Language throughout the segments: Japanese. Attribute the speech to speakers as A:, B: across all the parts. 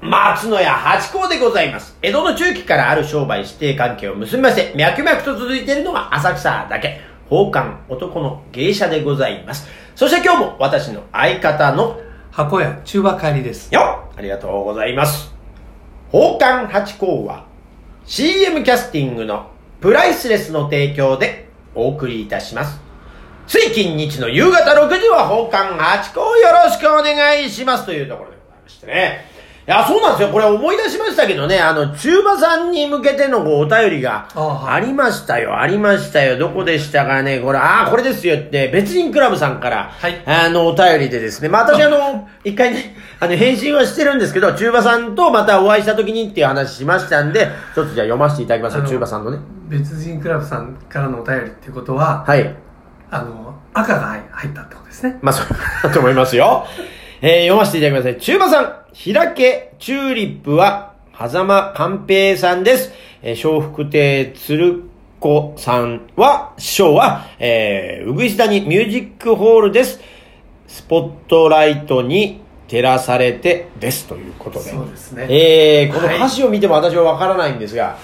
A: 松野屋八甲でございます。江戸の中期からある商売指定関係を結びまして、脈々と続いているのが浅草だけ、宝冠男の芸者でございます。そして今日も私の相方の、
B: 箱屋中和帰りです
A: よっありがとうございます。宝冠八甲は CM キャスティングのプライスレスの提供でお送りいたします。つい近日の夕方6時は宝冠八甲よろしくお願いしますというところでございましてね。いや、そうなんですよ。これ思い出しましたけどね、あの、中馬さんに向けてのこうお便りが
B: あはい
A: ありましたよ、ありましたよ。どこでしたかね、これ、ああ、これですよって、別人クラブさんから、
B: はい
A: あの、お便りでですね、まあ私あの、一回ね、あの、返信はしてるんですけど、中馬さんとまたお会いした時にっていう話しましたんで、ちょっとじゃあ読ませていただきますよ、
B: あの
A: 中馬さんのね。
B: 別人クラブさんからのお便りっていうことは、
A: はい。
B: あの赤が入入ったってことですね
A: まあ、そうだと思いますよ。えー、読ませていただきますね。中馬さん、平家チューリップは、狭間寛平さんです。えー、笑福亭鶴子さんは、師匠は、えー、うぐいす谷ミュージックホールです。スポットライトに照らされてです。ということで。
B: そうですね
A: えー、この
B: はい
A: 歌詞を見ても私はわからないんですが、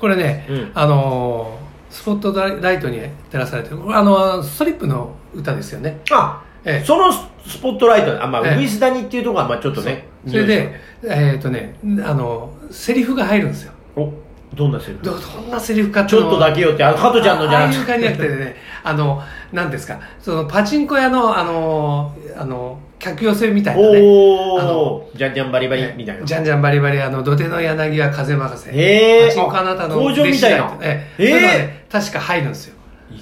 B: これね、
A: うん
B: あのースポットライトに照らされてるこれあのストリップの歌ですよね
A: あ、
B: ええ
A: そのスポットライト、あ、まあ、
B: ええ
A: うぐいす谷っていうところは、まあ、ちょっとね、
B: それでえっ、とねあのセリフが入るんですよ
A: お、どんなセリフ
B: どどんなセリフか
A: ちょっとだけよって、あの、加トちゃんのじゃな
B: あああいう
A: くて。
B: 感じじゃなくてね、あの、なんですか、そのパチンコ屋の、あの、あの、客寄せみたいなね。あ
A: お
B: の
A: ー、じゃんじゃんバリバリみたいな。
B: じゃんじゃんバリバリ、あの、土手の柳は風任せ。
A: へー
B: パチンコあなたの
A: 工場みたいな
B: 弟子だって
A: へー
B: ええ。そういうのがね確か入るんですよ。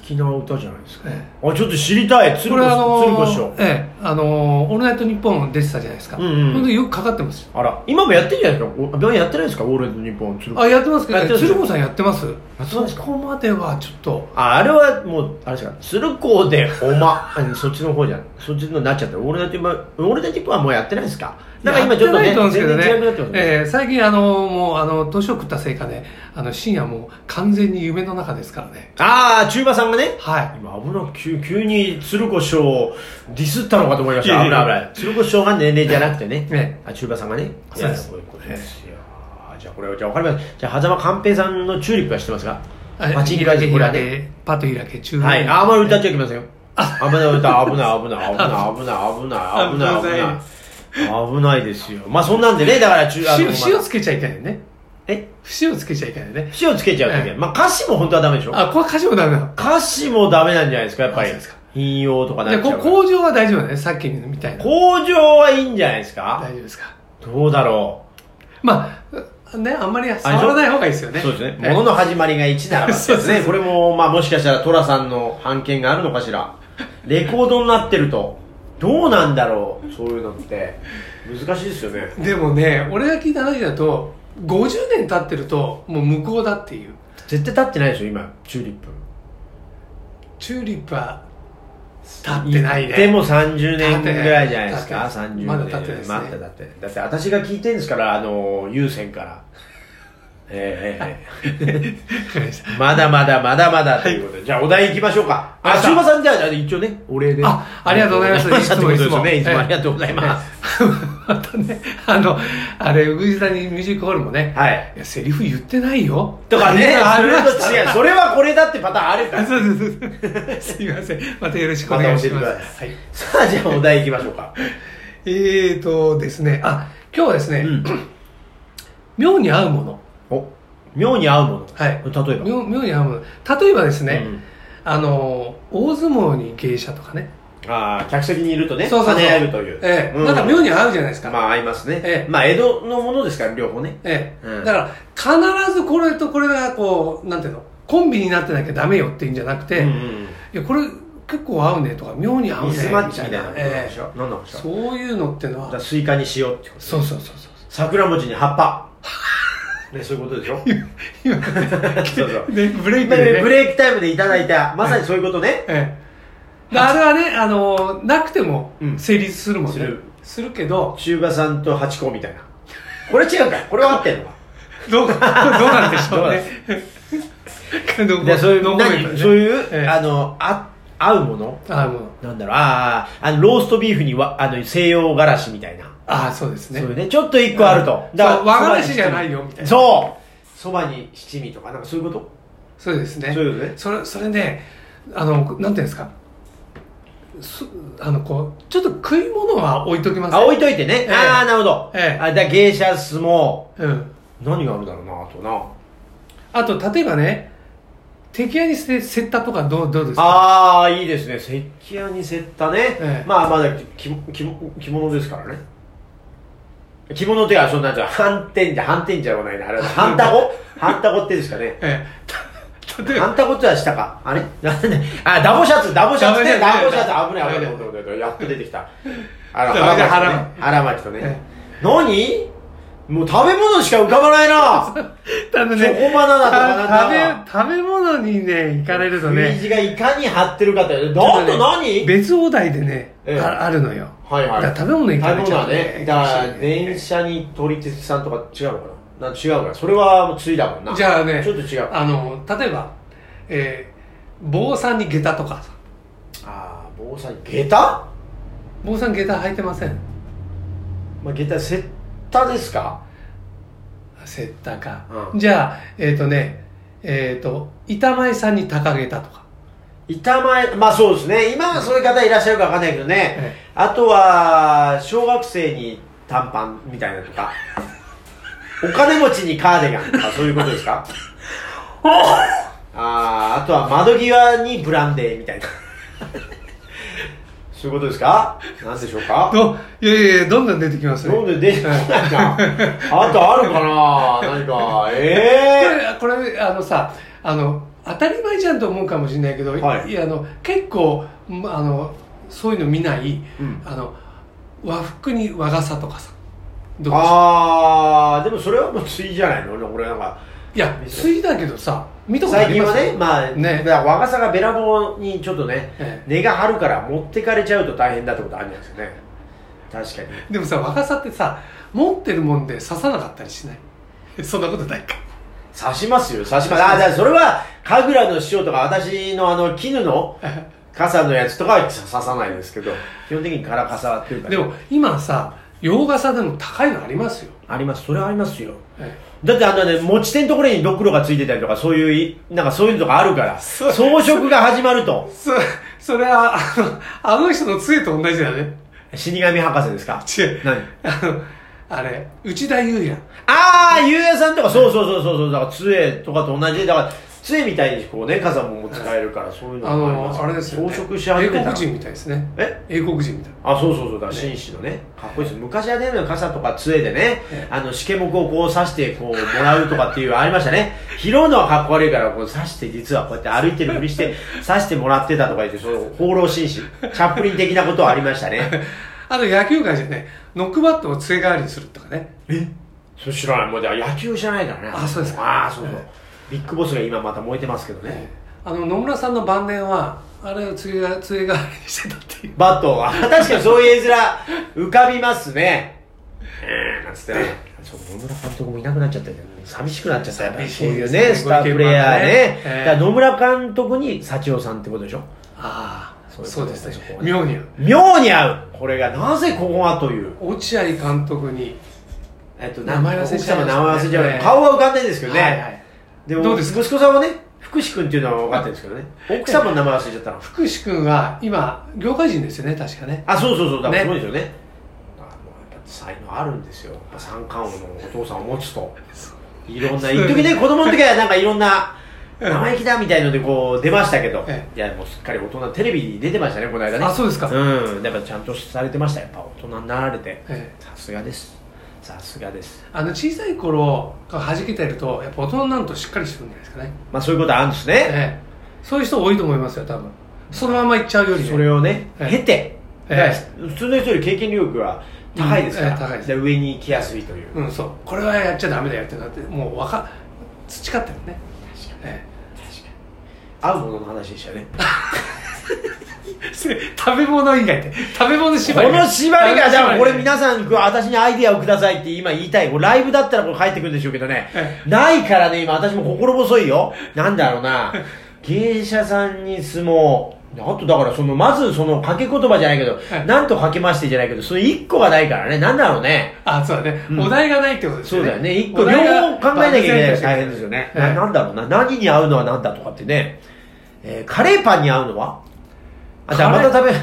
A: 粋な歌じゃないですか。
B: ええ
A: あ、ちょっと知りたい。鶴
B: こ
A: 子
B: れ
A: 師
B: あ
A: 匠。
B: の
A: 鶴子師匠。
B: ええ、あの、オールナイトニッポン出てたじゃないですか。
A: うんうん
B: ほんでよくかかってますよ。
A: あら、今もやってんじゃないですかおあやってないですかオールナイトニッポン鶴子
B: あ、やってますけ
A: やってま
B: ど、
A: すよ
B: 鶴子さんやってます
A: てます
B: そこまではちょっと、
A: あ、あれはもう、あれですか、鶴子でおま、あそっちの方じゃん。そっちのになっちゃった。オールナイトニッポン、オールナイトニッポンはもうやってないですかなんか今ちょっとね、
B: やてないと思うん
A: 全然
B: です
A: 違く
B: け
A: な
B: ど
A: ってます
B: ね。
A: ね。
B: ええ最近あの、もう、あの、年を食ったせいかね、あの、深夜もう完全に夢の中ですからね。
A: あー、中馬さんがね。
B: はい。
A: 今危なく急急に鶴子師匠をディスったのかと思いまし
B: い
A: た
B: や
A: 危
B: い
A: な
B: や
A: い危ない鶴子師匠が年齢じゃなくてね
B: え
A: あ中馬さんがね
B: そうです
A: いやいやこういうことですよじゃあこれをじゃあ分かりましたじゃあ狭間寛平さんのチューリップは知ってますか
B: あ
A: パチンコ
B: 開
A: 味
B: け
A: これは
B: 開
A: ね
B: け、パッと開け、中
A: はいああんまり歌っちゃいけませんよ危ない歌危ない危ない危ない危ない危ない危ない危ない危ないです よまあそんなんでねだから中あの
B: 節
A: まあ
B: を節をつけちゃいけないよね。
A: え
B: 節をつけちゃいけないよね。
A: 節をつけちゃうだけ
B: え
A: まあ歌詞も本当はダメでしょ
B: あ、これ歌詞もダメなの。
A: 歌詞もダメなんじゃないですかやっぱり
B: あそうですか
A: 引用とかなっ
B: じ
A: ち
B: ゃ
A: ゃ
B: あ
A: うから
B: こ工場は大丈夫だね、さっきみたいな。
A: 工場はいいんじゃないですか
B: 大丈夫ですか。
A: どうだろ
B: まあ、ね、あんまり触らない方がいいですよ
A: う。
B: ね。
A: そうです
B: は
A: ね。
B: い
A: ものの始まりが1ならばです
B: そう そう
A: ね。
B: そう
A: これも、まあもしかしたらトラさんの判件があるのかしら。レコードになってると、どうなんだろう。そういうのって。難しいですよね。
B: でもね、俺が聞いた話だと、50年経ってると、もう無効だっていう。
A: 絶対立ってないでしょ、今、チューリップ。
B: チューリップは、立ってないね。
A: でも30年
B: 立てない
A: ぐらいじゃないですか。
B: 立てない
A: 30年。
B: まだ立ってないですね
A: まだ立ってないだって私が聞いてんですから、あの、優先から。ええええええ。まだまだまだまだということで、じゃあお題行きましょうか。あ、
B: はい
A: 修馬さんじゃあじゃあ一応ね、お礼で。
B: あ、ありがとうございます。
A: ありがとうございましたってことですよね。いつも
B: ええ
A: ありがとうございます。。
B: また ね、あの、あれ、うぐじ谷ミュージックホールもね、
A: はい。
B: いやセリフ言ってないよ。
A: とかね、
B: あ
A: そ
B: り
A: れ
B: ま
A: と
B: した
A: 違う。それはこれだってパターンあるか
B: あ
A: ら。
B: そうそうそう。す いません。またよろしくお願いします。
A: また教えてくだ
B: は
A: さ
B: い。
A: さあ、じゃあお題行きましょうか。
B: えーとですね、あ、今日はですね、
A: うん
B: 妙に合うもの。
A: お、妙に合うもの。
B: はい
A: 例えば。
B: 妙妙に合うもの。例えばですね、
A: うん
B: あの、大相撲に芸者とかね。
A: ああ、客席にいるとね、
B: そうそうそ
A: 跳
B: う
A: ね合えるという。
B: ええ
A: うん
B: なんか妙に合うじゃないですか。
A: まあ合いますね。
B: ええ
A: まあ江戸のものですから、両方ね。
B: ええ
A: うん
B: だから、必ずこれとこれがこう、なんていうの、コンビになってなきゃダメよっていうんじゃなくて、
A: うんう
B: い
A: ん
B: や、これ結構合うねとか、妙に合うね
A: ミスマッチみたいなことなん
B: え
A: でし
B: え
A: ょ。なんだかしら。だ
B: そういうのっての
A: から
B: は、
A: スイカに塩ってこと。
B: そうそうそうそう。
A: 桜餅に葉っぱ。ね、そういうことでしょ。
B: 今、
A: そうそう
B: ね、ブレイクで、ね。
A: ブレイクタイムでいただいた、まさにそういうことね。
B: ええだあれはね、あのなくても
A: うん
B: 成立するもんね。
A: する
B: するけど、
A: 中馬さんと八甲みたいな。これ違うかこれは合ってんのか。
B: ど う、どうなんでしょうね。ど
A: でそういう、
B: ど
A: 何
B: ど
A: そういう、
B: ええ
A: あの、あ、合うもの
B: あもう
A: なんだろう、ああ、あの、ローストビーフには、あの、西洋がらしみたいな。
B: ああ、そうですね。
A: そうね。ちょっと一個あると。
B: うんそう和菓子じゃないよみたいな
A: そう。そばに七味とか、なんかそういうこと
B: そうですね。
A: そういうことね
B: それ、それね、あの、なんていうんですか。すあの、こう、ちょっと食い物は置いときますね
A: あ、置いといてね。
B: ええ
A: ああ、なるほど。
B: ええ
A: あ、だ芸者相撲。
B: うん。
A: 何があるだろうな、あとな。
B: あと、例えばね、敵屋にせ、セッタとかどう、どうですか
A: ああ、いいですね。石屋にセッタね。
B: ええ
A: まあまあだけど着着着物ですからね。着物っていうか、そんなんじゃ、反転じゃ、反転じゃないな。あれ、 反タゴ反タゴってですか ね。
B: ええ。た例えば、
A: 反タゴってはしたか。あれなんであ、ダボシャツ、ダボシャツね。
B: ダ
A: ダ
B: ボ
A: ボシ
B: シャ
A: ャ
B: ツ
A: ツ、危ない、危ない、危ない危ない危ない。やっと出てき た。あら、
B: それで
A: 腹巻きとね。腹巻きとね。何もう食べ物しか 浮かばないな。
B: あの
A: チョコバナナとかなんだ
B: た食べ、食べ物にね、行かれると
A: 食
B: ね、
A: い意地がいかに張ってるかって。どん
B: ちょっと
A: どん何
B: ね、別お題でね、
A: ええ
B: ああるのよ。
A: はいはい。
B: だから食べ物に行かれちゃう
A: 食べ物はね。だから、電車に撮り鉄さんとか違うのかななんか違うから。それはもうついだもんな。
B: じゃあね
A: ちょっと違う。あ
B: あの、例えば、えー、坊さんに下駄とかさ
A: あー、坊さん、下駄
B: 坊さん下駄履いてません。
A: まあ、下駄、セッタですか
B: セッタか。
A: うん
B: じゃあ、えっ、とね、えっ、と、板前さんに高げたとか。
A: 板前、まあそうですね。今はそういう方いらっしゃるかわかんないけどね。
B: え
A: あとは、小学生に短パンみたいなとか。お金持ちにカーディガンとか、そういうことですかああ、あとは窓際にブランデーみたいな。そういうことですかなんでしょうか
B: どいやいやいや、どんどん出てきますね。
A: どうで出てこないな。あとあるかな何か。
B: こ
A: ええ
B: れ、これ、あのさ、あの、当たり前じゃんと思うかもしれないけど、
A: はい
B: やあの結構、まあの、そういうの見ない、
A: うん
B: あの、和服に和傘とかさ、どうでしょう
A: ああ、でもそれはもうついじゃないの俺俺なんか。
B: いや、ついだけどさ、見たことあ
A: 最
B: り
A: 近
B: ま
A: は
B: す
A: ね、まあ、
B: ね
A: だから若さがべらぼうにちょっとね、
B: え
A: 根が張るから持ってかれちゃうと大変だってことあるんじゃないですかね。確かに。
B: でもさ、和傘ってさ、持ってるもんで刺さなかったりしない そんなことないか。
A: 刺しますよ、刺します。ああ、だからそれは、神楽の師匠とか、私のあの、絹の傘のやつとかは刺さないですけど、基本的に空傘っていうか、
B: でも、今さ、洋傘でも高いのありますよ。
A: あります、それはありますよ。
B: え
A: だってあのね、持ち手のところにドックロがついてたりとか、そういうい、なんかそういうのとかあるから、
B: そう
A: 装飾が始まると
B: え、そ、それは、あの、あの人の杖と同じだね。
A: 死神博士ですか
B: 違う。
A: 何
B: あの、あれ、内田裕也。
A: ああ、ゆうやさんとか、そうそうそうそうそう、だから杖とかと同じで、だから杖みたいにこうね、傘も持ち帰るから、そういうの
B: あ
A: もあります
B: の、あれですよ、ね。
A: 装飾し始め
B: 英
A: た
B: 国
A: ら。
B: 人みたいですね。
A: え
B: 英国人みたい。
A: あ、そうそうそう、だから紳士のね、かっこいいです。昔はね、傘とか杖でね、あの、しけもくをこう刺して、こう、もらうとかっていう、ありましたね。拾うのはかっこ悪いから、こう刺して、実はこうやって歩いてるふり して、刺してもらってたとか言って、その、放浪紳士、チャップリン的なことはありましたね。
B: あと野球界じゃね、ノックバットを杖代わりにするとかね。
A: それ知らない、もう、だから野球じゃないからね。
B: あそうですか
A: ああ、そうそう
B: え。
A: ビッグボスが今また燃えてますけどね。
B: あの、野村さんの晩年は、あれを杖が杖代わりにしてたっていう。
A: バットは 確かにそういう絵面浮かびますね。えー、なんつってね。そう野村監督もいなくなっちゃったよね寂しくなっちゃったやっぱり
B: 寂し
A: そう
B: い
A: い
B: で
A: う
B: すね
A: ねスタープレイヤーね
B: ご意見番ねえ
A: だ
B: え
A: から野村監督に幸男さんってことでしょ
B: ああ、
A: そ
B: そうう
A: ですね
B: です
A: そ
B: ね
A: こ。はね
B: 妙に。
A: 妙に合うこれがなぜここがという
B: 落合監督に、
A: えっと
B: 名前忘れちゃいましたね
A: 奥様名前忘れちゃう、
B: ええ
A: 顔は浮かんでるんですけどね、
B: はいはい
A: でも
B: どうですか
A: 息子さんはね福士君っていうのは分かってるんですけどね奥様の名前忘れちゃったの
B: 福士君は今、業界人ですよね、確かね。
A: あそうそうそうだから
B: ね
A: すごいですよねだからもうやっぱ才能あるんですよやっぱ三冠王のお父さんを持つといろんな
B: そう
A: 一時ね子供の時はなんかいろんな生意気だみたいのでこう出ましたけど、
B: え
A: いやもうすっかり大人テレビに出てましたねこの間ね
B: あそうですか
A: うんやっぱちゃんとされてましたやっぱ大人になられて
B: ええ
A: さすがですさすがです
B: あの、小さい頃が弾けてると、やっぱ大人になるとしっかりしてるんじゃないですかね。
A: まあそういうことあるんですね、
B: ええ、そういう人多いと思いますよ多分そのまま行っちゃうよりね
A: それをね、
B: ええ
A: 経て、
B: ええ
A: だから普通の人より経験力が高いですから、
B: うんええ高いです
A: で上に行きやすいという、
B: うんそうこれはやっちゃダメだよってなってもうわか培ってるねえ
A: 合うものの話でしたね
B: えそれ食べ物以外で食べ物縛
A: こ
B: り
A: の縛りが、じゃあこれ
B: な
A: 皆さん、私にアイディアをくださいって今言いたい。これライブだったらこれ入ってくるんでしょうけどね
B: え。
A: ない からね、今私も心細いよ。なんだろうな。芸者さんに相撲、あとだからその、まずその、掛け言葉じゃないけど、
B: はい
A: なんとかけましてじゃないけど、その一個がないからね、なんだろうね。
B: あ、そうだね、
A: うん
B: お題がないってことです
A: そ
B: よ
A: う
B: ね。
A: だよね。一個、
B: お
A: 両
B: 題が
A: 方考えなきゃいけないから大変ですよね。
B: はい
A: ななんだろうな。何に合うのは何だとかってね。えーカレーパンに合うのはあ、じゃあま
B: カレ
A: た
B: ー
A: 食べ、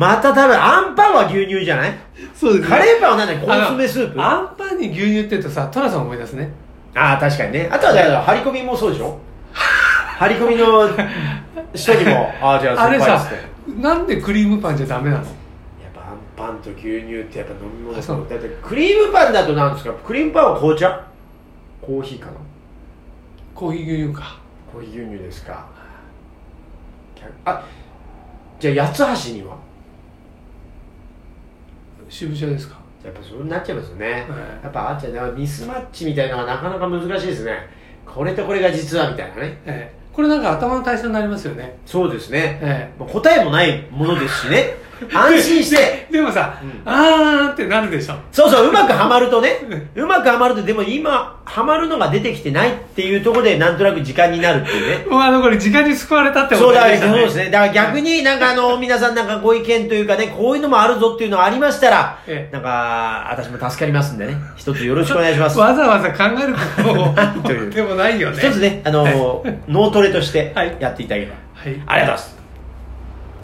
A: また、また食べ、あんパンは牛乳じゃない
B: そうですね
A: カレーパンは何コ
B: あの
A: ンソメスープあ
B: あんパンに牛乳って言うとさ、トラさん思い出すね。
A: あー、確かにね。あとは、だから、張り込みもそうでしょ張り込みの人に も、ああ、じゃあ、
B: あれ
A: 酸っぱいっ
B: さ
A: つって。、
B: なんでクリームパンじゃダメなの
A: やっぱあんパンと牛乳ってやっぱ飲み物
B: あそう
A: だってクリームパンだとなんですかクリームパンは紅茶コーヒーかな
B: コーヒー牛乳か。
A: コーヒー牛乳ですかあじゃあ八つ橋には
B: 渋茶ですか。
A: やっぱそうなっちゃいますよね、
B: はい
A: やっぱあっちゃんだからミスマッチみたいなのはなかなか難しいですねこれとこれが実はみたいなね
B: ええこれなんか頭の体操になりますよね。
A: そうですね、
B: え
A: まあ答えもないものですし ね安心して
B: えでもさ、
A: うん
B: あーってなるでしょ。
A: そうそう、うまくはまるとね、うまくはまると、でも今、はまるのが出てきてないっていうところで、なんとなく時間になるっていうね。
B: もうあの、これ時間に救われたって
A: そうだ、
B: でした
A: そうですね。だから逆になんかあ の、皆さんなんかご意見というかね、こういうのもあるぞっていうのがありましたら
B: え、え
A: なんか、私も助かりますんでね、一つよろしくお願いします。
B: わざわざ考える
A: ない
B: こと
A: いう
B: をでもないよね。
A: 一つね、あの、脳トレとして
B: はい
A: やっていただければ。あ
B: はい。
A: りがとうございます。